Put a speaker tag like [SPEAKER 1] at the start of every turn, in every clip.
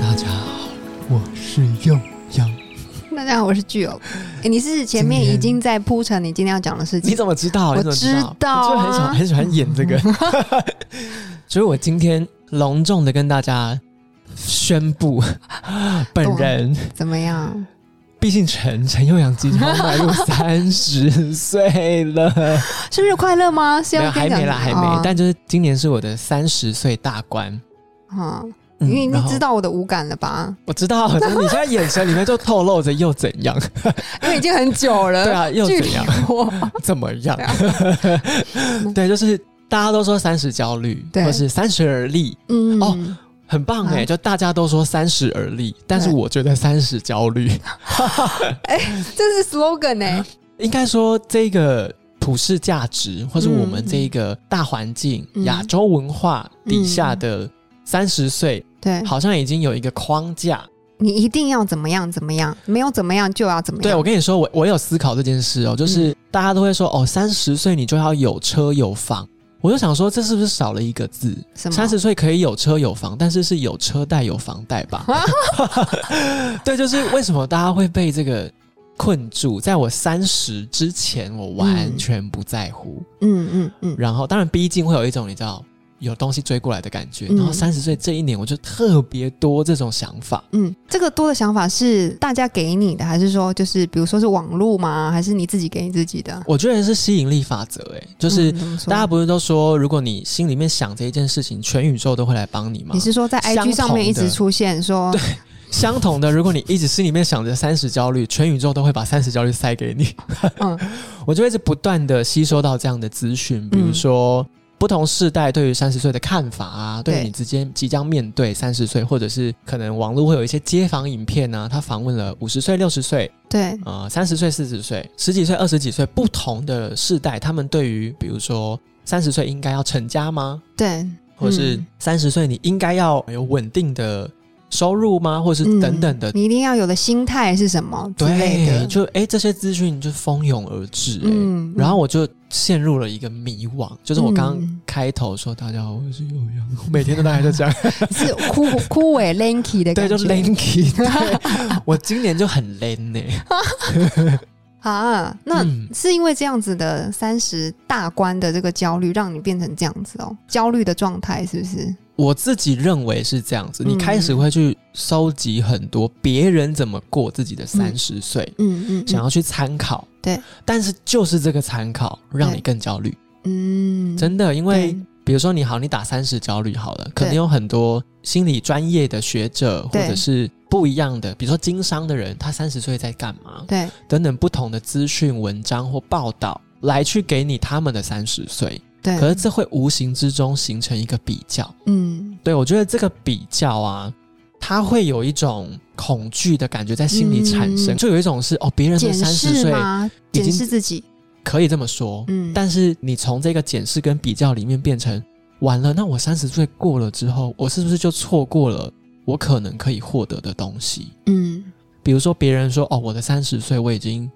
[SPEAKER 1] 大家好，我是幼阳。
[SPEAKER 2] 大家好，我是具有。诶你是前面
[SPEAKER 1] 今天
[SPEAKER 2] 已经在铺陈你今天要讲的事
[SPEAKER 1] 你
[SPEAKER 2] 情，
[SPEAKER 1] 怎么知道？
[SPEAKER 2] 我
[SPEAKER 1] 你怎么
[SPEAKER 2] 知道啊
[SPEAKER 1] 我就很喜欢很喜欢演这个。 所以我今天隆重的跟大家宣 布，本人
[SPEAKER 2] 怎么样？
[SPEAKER 1] 毕竟陈陈幼阳即将迈入三十岁了。
[SPEAKER 2] 生日快乐吗？是
[SPEAKER 1] 没有，
[SPEAKER 2] 要
[SPEAKER 1] 还
[SPEAKER 2] 跟讲
[SPEAKER 1] 没
[SPEAKER 2] 哦
[SPEAKER 1] 啦，还没。但就是今年是我的三十岁大关。
[SPEAKER 2] 啊，嗯
[SPEAKER 1] 嗯
[SPEAKER 2] 你你
[SPEAKER 1] 然后
[SPEAKER 2] 知道我的五感了吧？
[SPEAKER 1] 我知道，但是你现在眼神里面就透露着又怎样？
[SPEAKER 2] 因为已经很久了，
[SPEAKER 1] 对啊，又
[SPEAKER 2] 距
[SPEAKER 1] 怎
[SPEAKER 2] 离
[SPEAKER 1] 样？ 哦
[SPEAKER 2] 我
[SPEAKER 1] 怎么样
[SPEAKER 2] 对？啊
[SPEAKER 1] 对，就是大家都说三十焦虑，
[SPEAKER 2] 对
[SPEAKER 1] 或是三十而立，
[SPEAKER 2] 嗯
[SPEAKER 1] 哦很棒哎、
[SPEAKER 2] 啊
[SPEAKER 1] 就大家都说三十而立，但是
[SPEAKER 2] 对
[SPEAKER 1] 我觉得三十焦虑，
[SPEAKER 2] 这是 slogan 欸呢、
[SPEAKER 1] 应该说这个普世价值，或是我们
[SPEAKER 2] 嗯
[SPEAKER 1] 这个大环境、
[SPEAKER 2] 嗯
[SPEAKER 1] 亚洲文化底下的三十岁，
[SPEAKER 2] 对，
[SPEAKER 1] 好像已经有一个框架。
[SPEAKER 2] 你一定要怎么样怎么样，没有嗯怎么样就要怎么
[SPEAKER 1] 对，
[SPEAKER 2] 样。
[SPEAKER 1] 我跟你说，我我有思考这件事哦，就是大家都会说哦，三十岁你就要有车有房，我就想说这是不是少了一个字？
[SPEAKER 2] 什么
[SPEAKER 1] 三十岁可以有车有房，但是是有车贷有房贷 吧？对，就是为什么大家会被这个困住？在我三十之前，我完全不在乎，
[SPEAKER 2] 嗯嗯嗯，
[SPEAKER 1] 然后当然逼近会有一种你知道有东西追过来的感觉，
[SPEAKER 2] 嗯
[SPEAKER 1] 然后三十岁这一年我就特别多这种想法。
[SPEAKER 2] 嗯，这个多的想法是大家给你的，还是说就是比如说是网络吗？还是你自己给你自己的？
[SPEAKER 1] 我觉得是吸引力法则，哎，就是
[SPEAKER 2] 嗯怎么说
[SPEAKER 1] 大家不是都说，如果你心里面想着一件事情，全宇宙都会来帮你吗
[SPEAKER 2] 你？是说在
[SPEAKER 1] 相同
[SPEAKER 2] IG
[SPEAKER 1] 的
[SPEAKER 2] 上面一直出现说，
[SPEAKER 1] 相同的，如果你一直心里面想着三十焦虑，全宇宙都会把三十焦虑塞给你。
[SPEAKER 2] 嗯
[SPEAKER 1] 我就一直不断的吸收到这样的资讯，比如说、
[SPEAKER 2] 嗯
[SPEAKER 1] 不同世代对于三十岁的看法啊，对
[SPEAKER 2] 对
[SPEAKER 1] 你之间即将面对三十岁，或者是可能网络会有一些街访影片呢、他访问了五十岁、六十岁、
[SPEAKER 2] 对，
[SPEAKER 1] 呃三十岁、四十岁、十几岁、二十几岁不同的世代，他们对于比如说三十岁应该要成家吗？
[SPEAKER 2] 对，
[SPEAKER 1] 或是
[SPEAKER 2] 嗯
[SPEAKER 1] 三十岁你应该要有稳定的收入吗？或是
[SPEAKER 2] 嗯
[SPEAKER 1] 等等的，
[SPEAKER 2] 你一定要有的心态是什么之类
[SPEAKER 1] 对，
[SPEAKER 2] 的？
[SPEAKER 1] 就哎、这些资讯就蜂拥而至、哎、
[SPEAKER 2] 嗯
[SPEAKER 1] 然后我就陷入了一个迷惘，就是我刚
[SPEAKER 2] 嗯
[SPEAKER 1] 刚开头说、大家好，我是有阳，我每天都大概在讲，
[SPEAKER 2] 是 枯枯萎 lanky 的
[SPEAKER 1] 对，
[SPEAKER 2] 嗯感觉，
[SPEAKER 1] 就 lanky，对 我今年就很 lan 呢、
[SPEAKER 2] 啊，那。
[SPEAKER 1] 嗯
[SPEAKER 2] 是因为这样子的三十大关的这个焦虑，让你变成这样子哦，焦虑的状态是不是？
[SPEAKER 1] 我自己认为是这样子，你
[SPEAKER 2] 嗯
[SPEAKER 1] 开始会去收集很多别人怎么过自己的三十岁，
[SPEAKER 2] 嗯嗯，嗯
[SPEAKER 1] 想要去参考，
[SPEAKER 2] 对，
[SPEAKER 1] 但是就是这个参考让你
[SPEAKER 2] 对
[SPEAKER 1] 更焦虑，
[SPEAKER 2] 嗯，
[SPEAKER 1] 真的，因为
[SPEAKER 2] 对
[SPEAKER 1] 比如说你好，你打三十焦虑好了，可能有很多心理专业的学者或
[SPEAKER 2] 对
[SPEAKER 1] 者是不一样的，比如说经商的人，他三十岁在干嘛
[SPEAKER 2] 对，
[SPEAKER 1] 等等不同的资讯、文章或报道来去给你他们的三十岁，
[SPEAKER 2] 对，
[SPEAKER 1] 可是这会无形之中形成一个比较。
[SPEAKER 2] 嗯
[SPEAKER 1] 对我觉得这个比较啊。他会有一种恐惧的感觉在心里产生，
[SPEAKER 2] 嗯
[SPEAKER 1] 就有一种是哦，别人的
[SPEAKER 2] 检
[SPEAKER 1] 三十
[SPEAKER 2] 视
[SPEAKER 1] 岁
[SPEAKER 2] 吗？
[SPEAKER 1] 已经
[SPEAKER 2] 检视自己，
[SPEAKER 1] 可以这么说，
[SPEAKER 2] 嗯，
[SPEAKER 1] 但是你从这个检视跟比较里面变成，完了，那我三十岁过了之后，我是不是就错过了我可能可以获得的东西？
[SPEAKER 2] 嗯
[SPEAKER 1] 比如说别人说，哦，我的三十岁我已经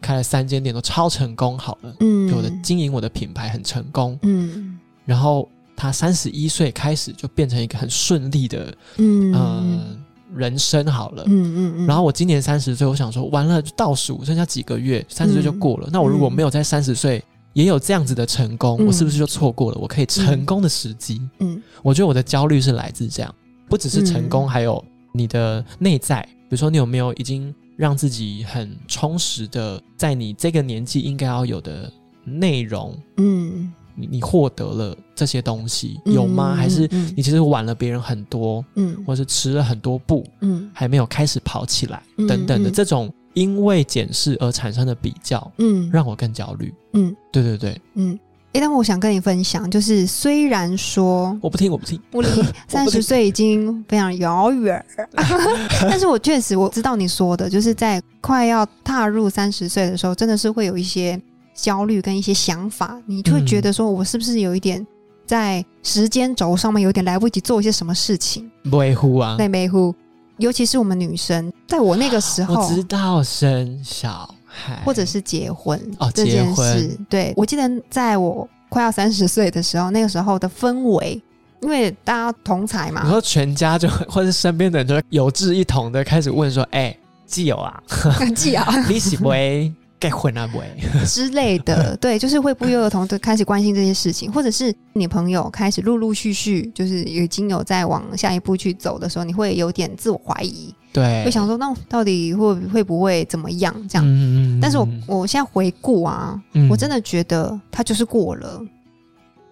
[SPEAKER 1] 开了三间店，都超成功，好了，
[SPEAKER 2] 嗯，
[SPEAKER 1] 就我的经营我的品牌很成功，
[SPEAKER 2] 嗯
[SPEAKER 1] 然后他三十一岁开始就变成一个很顺利的，
[SPEAKER 2] 嗯
[SPEAKER 1] 呃，人生好了。
[SPEAKER 2] 嗯嗯，
[SPEAKER 1] 然后我今年三十岁，我想说完了，就倒数剩下几个月，三十岁就
[SPEAKER 2] 嗯
[SPEAKER 1] 过了。那我如果没有在三十岁也有这样子的成功，
[SPEAKER 2] 嗯
[SPEAKER 1] 我是不是就错过了我可以成功的时机？
[SPEAKER 2] 嗯
[SPEAKER 1] 我觉得我的焦虑是来自这样，不只是成功，还有你的内在，比如说你有没有已经让自己很充实的，在你这个年纪应该要有的内容，
[SPEAKER 2] 嗯
[SPEAKER 1] 你你获得了这些东西有吗？还是你其实晚了别人很多，
[SPEAKER 2] 嗯
[SPEAKER 1] 或是迟了很多步？
[SPEAKER 2] 嗯
[SPEAKER 1] 还没有开始跑起来
[SPEAKER 2] 嗯
[SPEAKER 1] 等等的、
[SPEAKER 2] 嗯
[SPEAKER 1] 这种因为检视而产生的比较，
[SPEAKER 2] 嗯
[SPEAKER 1] 让我更焦虑。
[SPEAKER 2] 嗯
[SPEAKER 1] 对对对，
[SPEAKER 2] 嗯。哎，但我想跟你分享，就是虽然说
[SPEAKER 1] 我不听，我不听。
[SPEAKER 2] 我 离三十岁已经非常遥远儿， 但是我确实我知道你说的，就是在快要踏入三十岁的时候，真的是会有一些焦虑跟一些想法，你就会觉得说我是不是有一点在时间轴上面有点来不及做一些什么事情？
[SPEAKER 1] 不会呼啊，
[SPEAKER 2] 内妹乎，尤其是我们女生，在我那个时
[SPEAKER 1] 我
[SPEAKER 2] 候，
[SPEAKER 1] 知道生小孩，
[SPEAKER 2] 或者是结婚
[SPEAKER 1] 哦
[SPEAKER 2] 这件
[SPEAKER 1] 结婚
[SPEAKER 2] 事，对我记得在我快要三十岁的时候，那个时候的氛围，因为大家同才嘛
[SPEAKER 1] 你，说全家就 或者身边的人就会有志一同的开始问说：“ 哎、基友 啊，
[SPEAKER 2] 记啊
[SPEAKER 1] 你是不会结婚啊不会
[SPEAKER 2] 之类 的，对，就是会不约而同的开始关心这些事情，或者是你朋友开始陆陆续续就是已经有在往下一步去走的时候，你会有点自我怀疑，？”
[SPEAKER 1] 对，
[SPEAKER 2] 会想说那到底会会不会怎么样这样？
[SPEAKER 1] 哎嗯
[SPEAKER 2] 但是我我现在回顾啊，我真
[SPEAKER 1] 的
[SPEAKER 2] 的觉得他就是过了，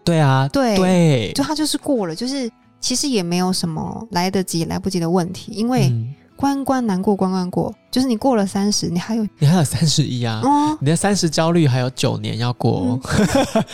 [SPEAKER 1] 对啊，
[SPEAKER 2] 对
[SPEAKER 1] 对，
[SPEAKER 2] 就他就是过了，就是其实也没有什么来得及来不及的问题，因为
[SPEAKER 1] 嗯
[SPEAKER 2] 关关难过关关过，就是你过了三十，你还有
[SPEAKER 1] 你还有三十一啊，
[SPEAKER 2] 哦，
[SPEAKER 1] 你的三十焦虑还有九年要过、哦，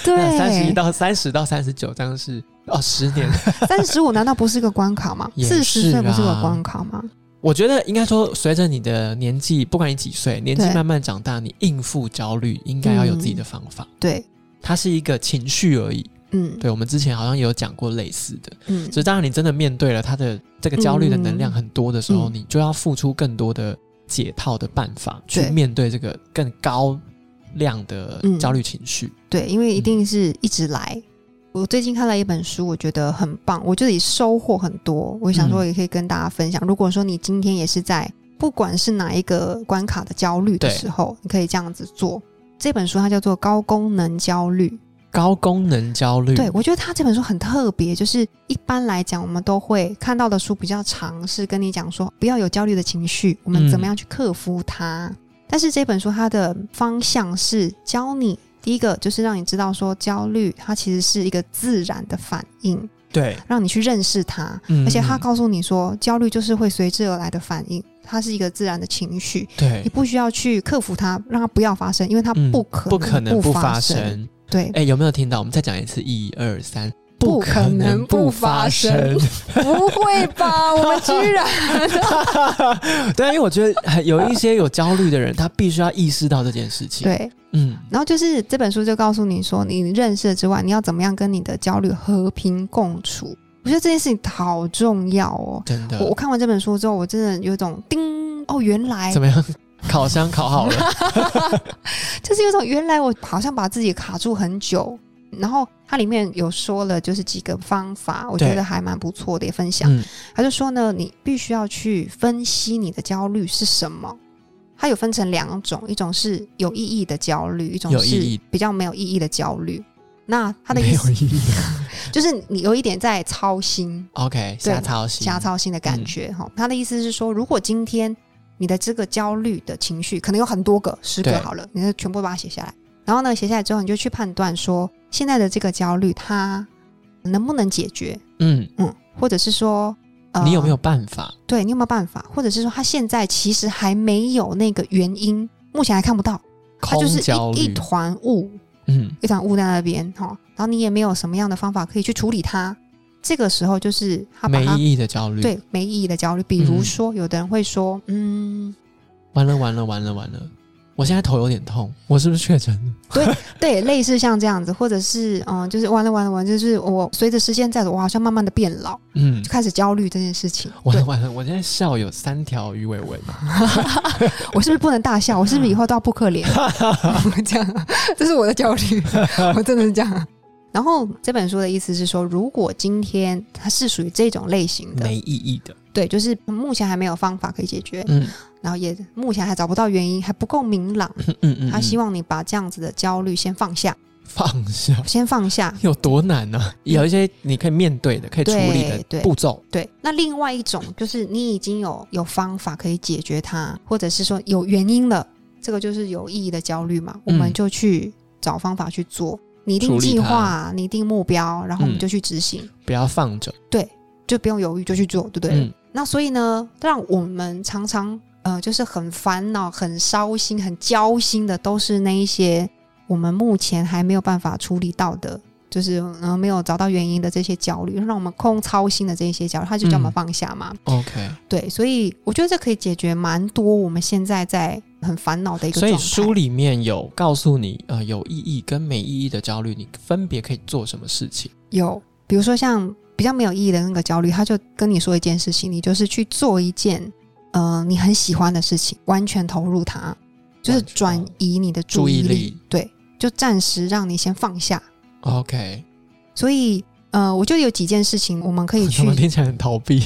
[SPEAKER 2] 对，
[SPEAKER 1] 三十一到三十到三十九，这样是哦十年。
[SPEAKER 2] 三十五难道不是个关卡吗？
[SPEAKER 1] 也
[SPEAKER 2] 四十
[SPEAKER 1] 是
[SPEAKER 2] 岁不是个
[SPEAKER 1] 啊
[SPEAKER 2] 关卡吗？
[SPEAKER 1] 我觉得应该说，随着你的年纪，不管你几岁，年纪
[SPEAKER 2] 对
[SPEAKER 1] 慢慢长大，你应付焦虑应该要有自己的方法。
[SPEAKER 2] 对，
[SPEAKER 1] 它是一个情绪而已。
[SPEAKER 2] 嗯，
[SPEAKER 1] 对，我们之前好像也有讲过类似的。
[SPEAKER 2] 嗯，
[SPEAKER 1] 所以，当然你真的面对了他的这个焦虑的能量
[SPEAKER 2] 嗯
[SPEAKER 1] 很多的时候，
[SPEAKER 2] 嗯
[SPEAKER 1] 你就要付出更多的解套的办法去
[SPEAKER 2] 对
[SPEAKER 1] 面对这个更高量的
[SPEAKER 2] 嗯
[SPEAKER 1] 焦虑情绪。
[SPEAKER 2] 对，因为一定是一直来。我最近看了一本书，我觉得很棒，我自己收获很多。我想
[SPEAKER 1] 嗯
[SPEAKER 2] 说，也可以跟大家分享。如果说你今天也是在不管是哪一个关卡的焦虑的
[SPEAKER 1] 对
[SPEAKER 2] 时候，你可以这样子做。这本书它叫做《高功能焦虑》，
[SPEAKER 1] 高功能焦虑，
[SPEAKER 2] 对，我觉得他这本书很特别，就是一般来讲，我们都会看到的书比较长，是跟你讲说不要有焦虑的情绪，我们怎么
[SPEAKER 1] 嗯
[SPEAKER 2] 样去克服它。但是这本书它的方向是教你，第一个就是让你知道说焦虑它其实是一个自然的反应，
[SPEAKER 1] 对，
[SPEAKER 2] 让你去认识它，
[SPEAKER 1] 嗯
[SPEAKER 2] 而且它
[SPEAKER 1] 嗯
[SPEAKER 2] 告诉你说焦虑就是会随之而来的反应，它是一个自然的情绪，
[SPEAKER 1] 对
[SPEAKER 2] 你不需要去克服它，让它不要发生，因为它
[SPEAKER 1] 嗯
[SPEAKER 2] 不可
[SPEAKER 1] 不可能不发
[SPEAKER 2] 生。
[SPEAKER 1] 生。
[SPEAKER 2] 对，
[SPEAKER 1] 哎、有没有听到？我们再讲一次，一二三，
[SPEAKER 2] 不可能不发生。不会吧？我们居然
[SPEAKER 1] 对，因为我觉得很有一些有焦虑的人，他必须要意识到这件事情。，
[SPEAKER 2] 对。
[SPEAKER 1] 嗯，
[SPEAKER 2] 然后就是这本书就告诉你说，你认识了之外，你要怎么样跟你的焦虑和平共处。我觉得这件事情好重要哦。
[SPEAKER 1] 真的
[SPEAKER 2] 我，我看完这本书之后，我真的有一种叮哦，原来
[SPEAKER 1] 怎么样？烤箱烤好了，
[SPEAKER 2] 就是有一种原来我好像把自己卡住很久。然后它里面有说了，就是几个方法，我觉
[SPEAKER 1] 对
[SPEAKER 2] 得还蛮不错的，也分享。
[SPEAKER 1] 嗯，
[SPEAKER 2] 他就说呢，你必须要去分析你的焦虑是什么。它有分成两种，一种是有意义的焦虑，一种
[SPEAKER 1] 有意
[SPEAKER 2] 是
[SPEAKER 1] 义
[SPEAKER 2] 比较没有意义的焦虑。那他的
[SPEAKER 1] 没
[SPEAKER 2] 意
[SPEAKER 1] 有
[SPEAKER 2] 思
[SPEAKER 1] 意义。嗯
[SPEAKER 2] 就是你有一点在操心、
[SPEAKER 1] OK，
[SPEAKER 2] 对
[SPEAKER 1] 瞎操心，
[SPEAKER 2] 瞎操心的感
[SPEAKER 1] 嗯
[SPEAKER 2] 觉哈。他的意思是说，如果今天你的这个焦虑的情绪可能有很多个，十个
[SPEAKER 1] 对
[SPEAKER 2] 好了，你就全部把它写下来。然后呢，写下来之后，你就去判断说，现在的这个焦虑它能不能解决？
[SPEAKER 1] 嗯，
[SPEAKER 2] 嗯，或者是说，呃、
[SPEAKER 1] 你有没有办法？
[SPEAKER 2] 对你有没有办法，或者是说他现在其实还没有那个原因，目前还看不到，他
[SPEAKER 1] 空
[SPEAKER 2] 就是
[SPEAKER 1] 焦
[SPEAKER 2] 一一
[SPEAKER 1] 虑，
[SPEAKER 2] 团雾，
[SPEAKER 1] 嗯，
[SPEAKER 2] 一团雾在那边哈、然后你也没有什么样的方法可以去处理它。这个时候就是他把
[SPEAKER 1] 没
[SPEAKER 2] 它
[SPEAKER 1] 意义的焦虑。，
[SPEAKER 2] 对没意义的焦虑，比如
[SPEAKER 1] 嗯
[SPEAKER 2] 说、有的人会说，嗯，
[SPEAKER 1] 完了完了完了完了，我现在头有点痛，我是不是确诊了？
[SPEAKER 2] 对，类似像这样子，或者是嗯，就是完了完了完了，就是我随着时间在走，我好像慢慢的变老，
[SPEAKER 1] 嗯
[SPEAKER 2] 就，开始焦虑这件事情。
[SPEAKER 1] 完
[SPEAKER 2] 对
[SPEAKER 1] 了完了，我现在笑有三条鱼尾纹。
[SPEAKER 2] 我是不是不能大笑？我是不是以后都要不 可怜？这样，这是我的焦虑， 我真的是这样。然后这本书的意思是说，如果今天它是属于这种类型的
[SPEAKER 1] 没，意义的，
[SPEAKER 2] 对，就是目前还没有方法可以解决，
[SPEAKER 1] 嗯
[SPEAKER 2] 然后也目前还找不到原因，还不够明朗，
[SPEAKER 1] 嗯嗯嗯，
[SPEAKER 2] 他希
[SPEAKER 1] 望
[SPEAKER 2] 望你把这样子的焦虑先放下，
[SPEAKER 1] 放下
[SPEAKER 2] 先放下。
[SPEAKER 1] 有多难呢、有一些你可以面对的、可以处理
[SPEAKER 2] 嗯对对
[SPEAKER 1] 的步骤，
[SPEAKER 2] 对，那另外一种就是你已经有有方法可以解决它，或者是说有原因了，这个就是有意义的焦虑嘛，我们就去找方法去做。拟定
[SPEAKER 1] 嗯处理
[SPEAKER 2] 计
[SPEAKER 1] 它
[SPEAKER 2] 划，拟定目标，然后我们
[SPEAKER 1] 嗯
[SPEAKER 2] 就去执行，
[SPEAKER 1] 不要放着。
[SPEAKER 2] 就不用犹豫就去做，对不对？
[SPEAKER 1] 嗯，
[SPEAKER 2] 那所以呢，让我们常常呃，就是很烦恼、很烧心、很焦心的，都是那一些我们目前还没有办法处理到的，就是嗯、呃没有找到原因的这些焦虑，让我们空操心的这一些焦虑，它就叫我们
[SPEAKER 1] 嗯
[SPEAKER 2] 放下嘛。
[SPEAKER 1] OK，
[SPEAKER 2] 对，所以我觉得这可以解决蛮多我们现在在很烦恼的一个
[SPEAKER 1] 所
[SPEAKER 2] 状
[SPEAKER 1] 以
[SPEAKER 2] 态。
[SPEAKER 1] 书里面有告诉你，呃，有意义跟没意义的焦虑，你分别可以做什么事情？
[SPEAKER 2] 有，比如说像比较没有意义的那个焦虑，他就跟你说一件事情，你就是去做一件，呃，你很喜欢的事情，完全投入它，就是
[SPEAKER 1] 完全
[SPEAKER 2] 转移你的注意
[SPEAKER 1] 注
[SPEAKER 2] 力，
[SPEAKER 1] 意力
[SPEAKER 2] 对，就暂时让你先放下。
[SPEAKER 1] OK，
[SPEAKER 2] 所以，呃，我就有几件事情我们可以去
[SPEAKER 1] 怎，么听起来很逃避？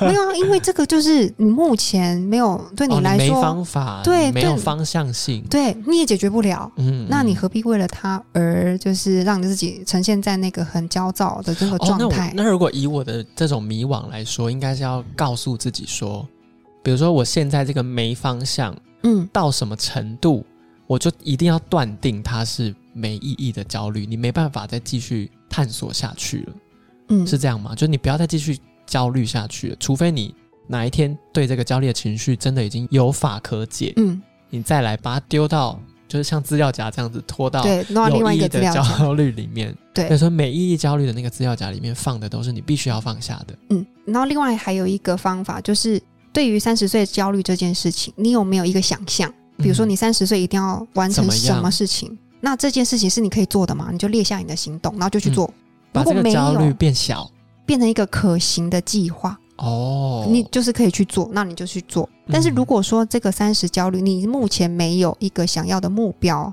[SPEAKER 2] 没有啊，因为这个就是你目前没有对
[SPEAKER 1] 哦，
[SPEAKER 2] 来
[SPEAKER 1] 没
[SPEAKER 2] 说，
[SPEAKER 1] 方法，
[SPEAKER 2] 对
[SPEAKER 1] 你没有
[SPEAKER 2] 对
[SPEAKER 1] 方向性，
[SPEAKER 2] 对你也解决不了。
[SPEAKER 1] 嗯，
[SPEAKER 2] 那你
[SPEAKER 1] 嗯
[SPEAKER 2] 何必为了他而就是让你自己呈现在那个很焦躁的这个
[SPEAKER 1] 哦，那
[SPEAKER 2] 状
[SPEAKER 1] 我
[SPEAKER 2] 态？
[SPEAKER 1] 那如果以我的这种迷惘来说，应该是要告诉自己说，比如说我现在这个没方向
[SPEAKER 2] 嗯，
[SPEAKER 1] 到什么程度，我就一定要断定它是没意义的焦虑，你没办法再继续探索下去了。
[SPEAKER 2] 嗯
[SPEAKER 1] 是这样吗？就你不要再继续焦虑下去了，除非你哪一天对这个焦虑的情绪真的已经有法可解，
[SPEAKER 2] 嗯，
[SPEAKER 1] 你再来把它丢到就是像资料夹这样子拖到
[SPEAKER 2] 对，弄到另
[SPEAKER 1] 哦有
[SPEAKER 2] 外
[SPEAKER 1] 意
[SPEAKER 2] 一
[SPEAKER 1] 义
[SPEAKER 2] 个资
[SPEAKER 1] 的
[SPEAKER 2] 料夹
[SPEAKER 1] 焦虑里面。
[SPEAKER 2] 对
[SPEAKER 1] 所以说没意义焦虑的那个资料夹里面放的都是你必须要放下的。
[SPEAKER 2] 嗯，然后另外还有一个方法，就是对于三十岁焦虑这件事情，你有没有一个想象？比如说，你
[SPEAKER 1] 嗯
[SPEAKER 2] 三十岁一定要完成
[SPEAKER 1] 怎么样
[SPEAKER 2] 什么事情？那这件事情是你可以做的嘛？你就列下你的行动，然后就去做，
[SPEAKER 1] 嗯把
[SPEAKER 2] 如
[SPEAKER 1] 这
[SPEAKER 2] 果
[SPEAKER 1] 个
[SPEAKER 2] 没
[SPEAKER 1] 焦虑
[SPEAKER 2] 有
[SPEAKER 1] 变小
[SPEAKER 2] 变成一个可行的计划，
[SPEAKER 1] 哦，嗯
[SPEAKER 2] 你就是可以去做，那你就去做。但是如果说这个三十焦虑，你目前没有一个想要的目标，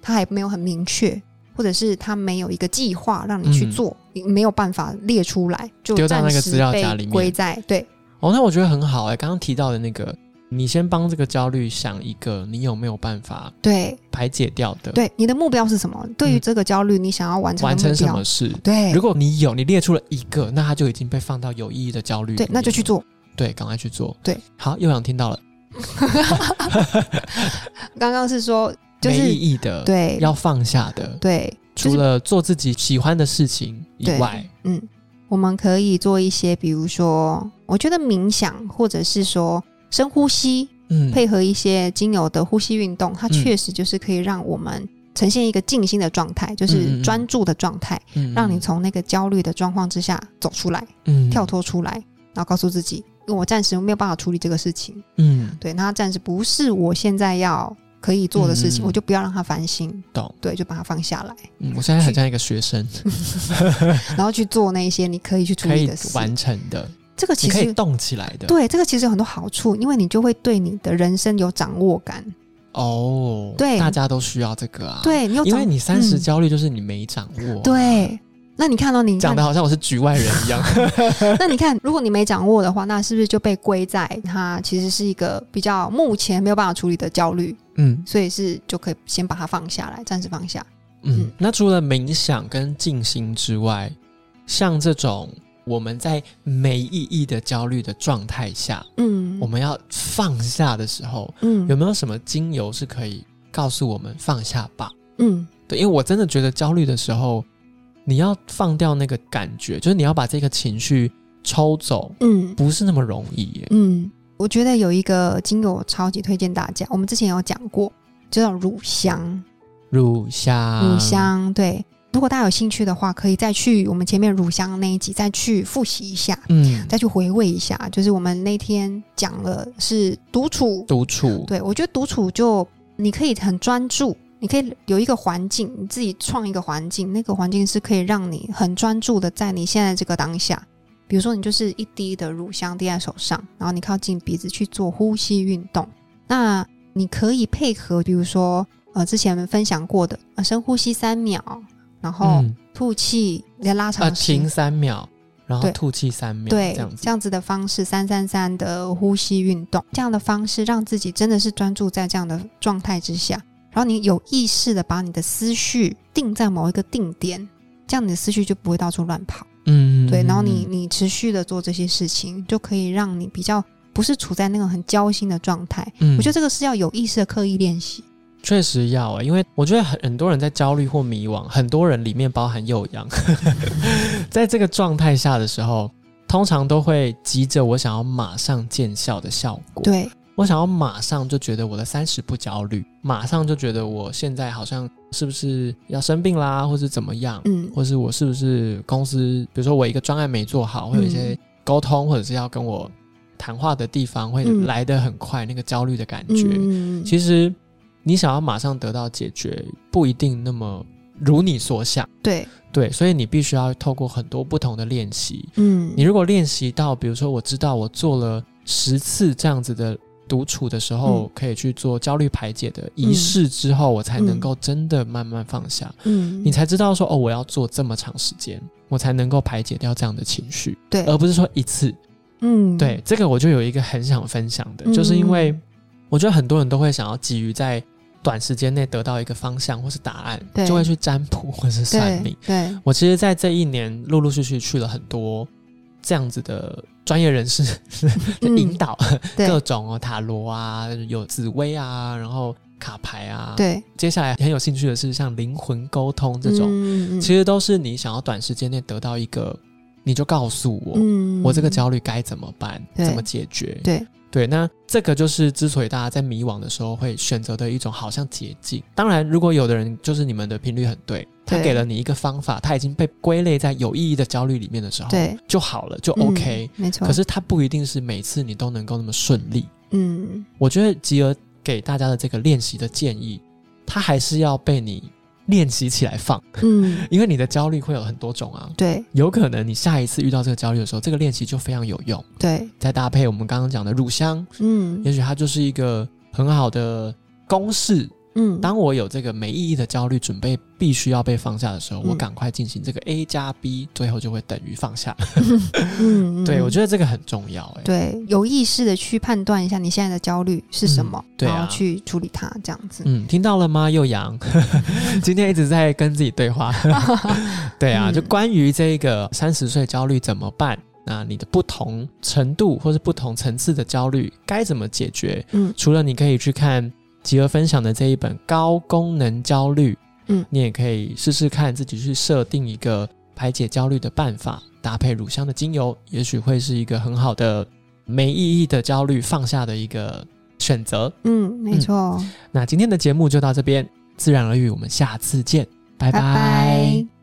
[SPEAKER 2] 它还没有很明确，或者是它没有一个计划让你去
[SPEAKER 1] 嗯
[SPEAKER 2] 做，你没有办法列出来，就
[SPEAKER 1] 丢到那
[SPEAKER 2] 暂
[SPEAKER 1] 个
[SPEAKER 2] 时
[SPEAKER 1] 资料
[SPEAKER 2] 被
[SPEAKER 1] 夹里面
[SPEAKER 2] 归在对。
[SPEAKER 1] 哦，那我觉得很好哎、刚刚提到的那个，你先帮这个焦虑想一个你有没有办法
[SPEAKER 2] 对
[SPEAKER 1] 排解掉的，，
[SPEAKER 2] 对，你的目标是什么？对于这个焦虑，你想要完成的
[SPEAKER 1] 嗯完
[SPEAKER 2] 目标，
[SPEAKER 1] 成什么事，
[SPEAKER 2] 对
[SPEAKER 1] 如果你有，你列出了一个，那它就已经被放到有意义的焦虑。
[SPEAKER 2] 对，那就去。做。
[SPEAKER 1] 对，赶快去做。
[SPEAKER 2] 对，
[SPEAKER 1] 好，又想听到了，
[SPEAKER 2] 刚刚是说，就
[SPEAKER 1] 没意
[SPEAKER 2] 是
[SPEAKER 1] 义的，，
[SPEAKER 2] 对
[SPEAKER 1] 要放下的。
[SPEAKER 2] 对，就是
[SPEAKER 1] 除了做自己喜欢的事情以
[SPEAKER 2] 对
[SPEAKER 1] 外，
[SPEAKER 2] 嗯，我们可以做一些，比如说，我觉得冥想，或者是说深呼吸，
[SPEAKER 1] 嗯，
[SPEAKER 2] 配合一些精油的呼吸运动，它
[SPEAKER 1] 嗯
[SPEAKER 2] 确实就是可以让我们呈现一个静心的状态，就
[SPEAKER 1] 嗯嗯
[SPEAKER 2] 是
[SPEAKER 1] 嗯
[SPEAKER 2] 专注的状态，
[SPEAKER 1] 嗯
[SPEAKER 2] 让你从那个焦虑的状况之下走出来，
[SPEAKER 1] 嗯
[SPEAKER 2] 跳，脱出来，然后告诉自己，因为我暂时没有办法处理这个事情。
[SPEAKER 1] 嗯，
[SPEAKER 2] 对，那它暂时不是我现在要可以做的事情，
[SPEAKER 1] 嗯
[SPEAKER 2] 我就不要让它烦心，
[SPEAKER 1] 懂。
[SPEAKER 2] 对，就把它放下来，
[SPEAKER 1] 嗯我现在很像一个学生，
[SPEAKER 2] 然后去做那些你可以去处
[SPEAKER 1] 嗯可
[SPEAKER 2] 理
[SPEAKER 1] 以
[SPEAKER 2] 的事。
[SPEAKER 1] 完成的，
[SPEAKER 2] 这个
[SPEAKER 1] 你
[SPEAKER 2] 其
[SPEAKER 1] 可以
[SPEAKER 2] 实
[SPEAKER 1] 动起来的。，
[SPEAKER 2] 对这个其实有很多好处，因为你就会对你的人生有掌握感，
[SPEAKER 1] 哦，
[SPEAKER 2] 对
[SPEAKER 1] 大家都需要这个啊。，
[SPEAKER 2] 对你有
[SPEAKER 1] 因
[SPEAKER 2] 掌
[SPEAKER 1] 为你三十
[SPEAKER 2] 嗯
[SPEAKER 1] 焦虑就是你没掌握啊。
[SPEAKER 2] 对。那你看到、你
[SPEAKER 1] 讲
[SPEAKER 2] 看
[SPEAKER 1] 的，好像我是局外人一 样。
[SPEAKER 2] 那你看，如果你没掌握的话，那是不是就被归在它其实是一个比较目前没有办法处理的焦虑，
[SPEAKER 1] 嗯，
[SPEAKER 2] 所以是就可以先把它放下来，暂时放下。
[SPEAKER 1] 嗯
[SPEAKER 2] 嗯，
[SPEAKER 1] 那除了冥想跟静心之外，像这种我们在没意义的焦虑的状态下，
[SPEAKER 2] 嗯，
[SPEAKER 1] 我们要放下的时候，有
[SPEAKER 2] 嗯
[SPEAKER 1] 没有什么精油是可以告诉我们放下吧？
[SPEAKER 2] 嗯
[SPEAKER 1] 对，因为我真的觉得焦虑的时候，你要放掉那个感觉，就是你要把这个情绪抽走，
[SPEAKER 2] 嗯，
[SPEAKER 1] 不是那么容易耶。
[SPEAKER 2] 嗯，我觉得有一个精油我超级推荐大家，我们之前有讲过，就叫乳香。
[SPEAKER 1] 乳香，
[SPEAKER 2] 乳，香对，如果大家有兴趣的话，可以再去我们前面乳香那一集再去复习一下，
[SPEAKER 1] 嗯，
[SPEAKER 2] 再去回味一下。就是我们那天讲了是独处，
[SPEAKER 1] 独处，
[SPEAKER 2] 对我觉得独处就你可以很专注。你可以有一个环境，你自己创一个环境，那个环境是可以让你很专注的在你现在这个当下。比如说，你就是一滴的乳香滴在手上，然后你靠近鼻子去做呼吸运动。那你可以配合，比如说，呃，之前分享过的，呃，深呼吸三秒，然后
[SPEAKER 1] 嗯，
[SPEAKER 2] 吐气，再拉
[SPEAKER 1] 呃，
[SPEAKER 2] 长时
[SPEAKER 1] 停三秒，然后
[SPEAKER 2] 对
[SPEAKER 1] 吐气三秒，
[SPEAKER 2] 对
[SPEAKER 1] 这样，子，
[SPEAKER 2] 这样子的方式，三三三的呼吸运动，这样的方式让自己真的是专注在这样的状态之下，然后你有意识的把你的思绪定在某一个定点，这样你的思绪就不会到处乱跑。
[SPEAKER 1] 嗯，
[SPEAKER 2] 对，然后你
[SPEAKER 1] 嗯
[SPEAKER 2] 你持续的做这些事情，就可以让你比较不是处在那种很焦心的状态。
[SPEAKER 1] 嗯
[SPEAKER 2] 我觉得这个是要有意识的刻意练习。
[SPEAKER 1] 确实要啊、因为我觉得很很多人在焦虑或迷惘，很多人里面包含幼阳， 在这个状态下的时候，通常都会急着我想要马上见效的效果。，
[SPEAKER 2] 对，
[SPEAKER 1] 我想要马上就觉得我的三十不焦虑，马上就觉得我现在好像是不是要生病啦，或是怎么样，
[SPEAKER 2] 嗯，
[SPEAKER 1] 或是我是不是公司，比如说我一个专案没做好，会有一些
[SPEAKER 2] 嗯
[SPEAKER 1] 沟通，或者是要跟我谈话的地方会
[SPEAKER 2] 嗯
[SPEAKER 1] 来得很快，那个焦虑的感觉。
[SPEAKER 2] 嗯，
[SPEAKER 1] 其实你想要马上得到解决，不一定那么如你所想。
[SPEAKER 2] 对，
[SPEAKER 1] 对，所以你必须要透过很多不同的练习。
[SPEAKER 2] 嗯，
[SPEAKER 1] 你如果练习到，比如说我知道我做了十次这样子的独处的时候，
[SPEAKER 2] 嗯
[SPEAKER 1] 可以去做焦虑排解的仪式之后，我才能够真的慢慢放下。
[SPEAKER 2] 嗯，
[SPEAKER 1] 你才知道说哦，我要做这么长时间，我才能够排解掉这样的情绪，
[SPEAKER 2] 对，
[SPEAKER 1] 而不是说一次。
[SPEAKER 2] 嗯，
[SPEAKER 1] 呃对，这个我就有一个很想分享的，就是因为
[SPEAKER 2] 嗯
[SPEAKER 1] 我觉得很多人都会想要急于在短时间内得到一个方向或是答案，
[SPEAKER 2] 对
[SPEAKER 1] 就会去占卜或是算命
[SPEAKER 2] 对。对，
[SPEAKER 1] 我其实，在这一年陆陆续续去了很多这样子的专业人士的引导，
[SPEAKER 2] 嗯对
[SPEAKER 1] 各种哦塔罗啊，有紫薇啊，然后卡牌啊。，
[SPEAKER 2] 对
[SPEAKER 1] 接下来很有兴趣的是像灵魂沟通这
[SPEAKER 2] 嗯
[SPEAKER 1] 种，
[SPEAKER 2] 种
[SPEAKER 1] 其实都是你想要短时间内得到一个，你就告诉我，
[SPEAKER 2] 嗯
[SPEAKER 1] 我这个焦虑该怎么办，
[SPEAKER 2] 对
[SPEAKER 1] 怎么解决？
[SPEAKER 2] 对
[SPEAKER 1] 对那这个就是之所以大家在迷惘的时候会选择的一种好像捷径。当然，如果有的人就是你们的频率很对，他
[SPEAKER 2] 对
[SPEAKER 1] 给了你一个方法，他已经被归类在有意义的焦虑里面的时候，
[SPEAKER 2] 对
[SPEAKER 1] 就好了，就 OK、
[SPEAKER 2] 嗯没错，
[SPEAKER 1] 可是他不一定是每次你都能够那么顺利。
[SPEAKER 2] 嗯
[SPEAKER 1] 我觉得吉儿给大家的这个练习的建议，他还是要被你练习起来放，
[SPEAKER 2] 嗯
[SPEAKER 1] 因为你的焦虑会有很多种啊。
[SPEAKER 2] 对
[SPEAKER 1] 有可能你下一次遇到这个焦虑的时候，这个练习就非常有用。
[SPEAKER 2] 对
[SPEAKER 1] 再搭配我们刚刚讲的乳香，
[SPEAKER 2] 嗯
[SPEAKER 1] 也许它就是一个很好的公式。
[SPEAKER 2] 嗯
[SPEAKER 1] 当我有这个没意义的焦虑，准备必须要被放下的时候，
[SPEAKER 2] 嗯
[SPEAKER 1] 我赶快进行这个 A 加 B，最后就会等于放下。
[SPEAKER 2] 嗯
[SPEAKER 1] 对我觉
[SPEAKER 2] 得
[SPEAKER 1] 得这个很重要、欸，
[SPEAKER 2] 对有意识的去判断一下你现在的焦虑是什么，
[SPEAKER 1] 嗯对啊
[SPEAKER 2] 然后去处理它，这样子。
[SPEAKER 1] 嗯，听到了吗，幼阳？ 今天一直在跟自己对 话。对啊，
[SPEAKER 2] 嗯
[SPEAKER 1] 就关于这个三十岁焦虑怎么办？那你的不同程度或是不同层次的焦虑该怎么解决？
[SPEAKER 2] 嗯
[SPEAKER 1] 除了你可以去看吉儿分享的这一本《高功能焦虑》，
[SPEAKER 2] 嗯
[SPEAKER 1] 你也可以试试看自己去设定一个排解焦虑的办法，搭配乳香的精油，也许会是一个很好的没意义的焦虑放下的一个选择。
[SPEAKER 2] 嗯，没错，
[SPEAKER 1] 那今天的节目就到这边，自然而语，我们下次见，拜
[SPEAKER 2] 拜拜。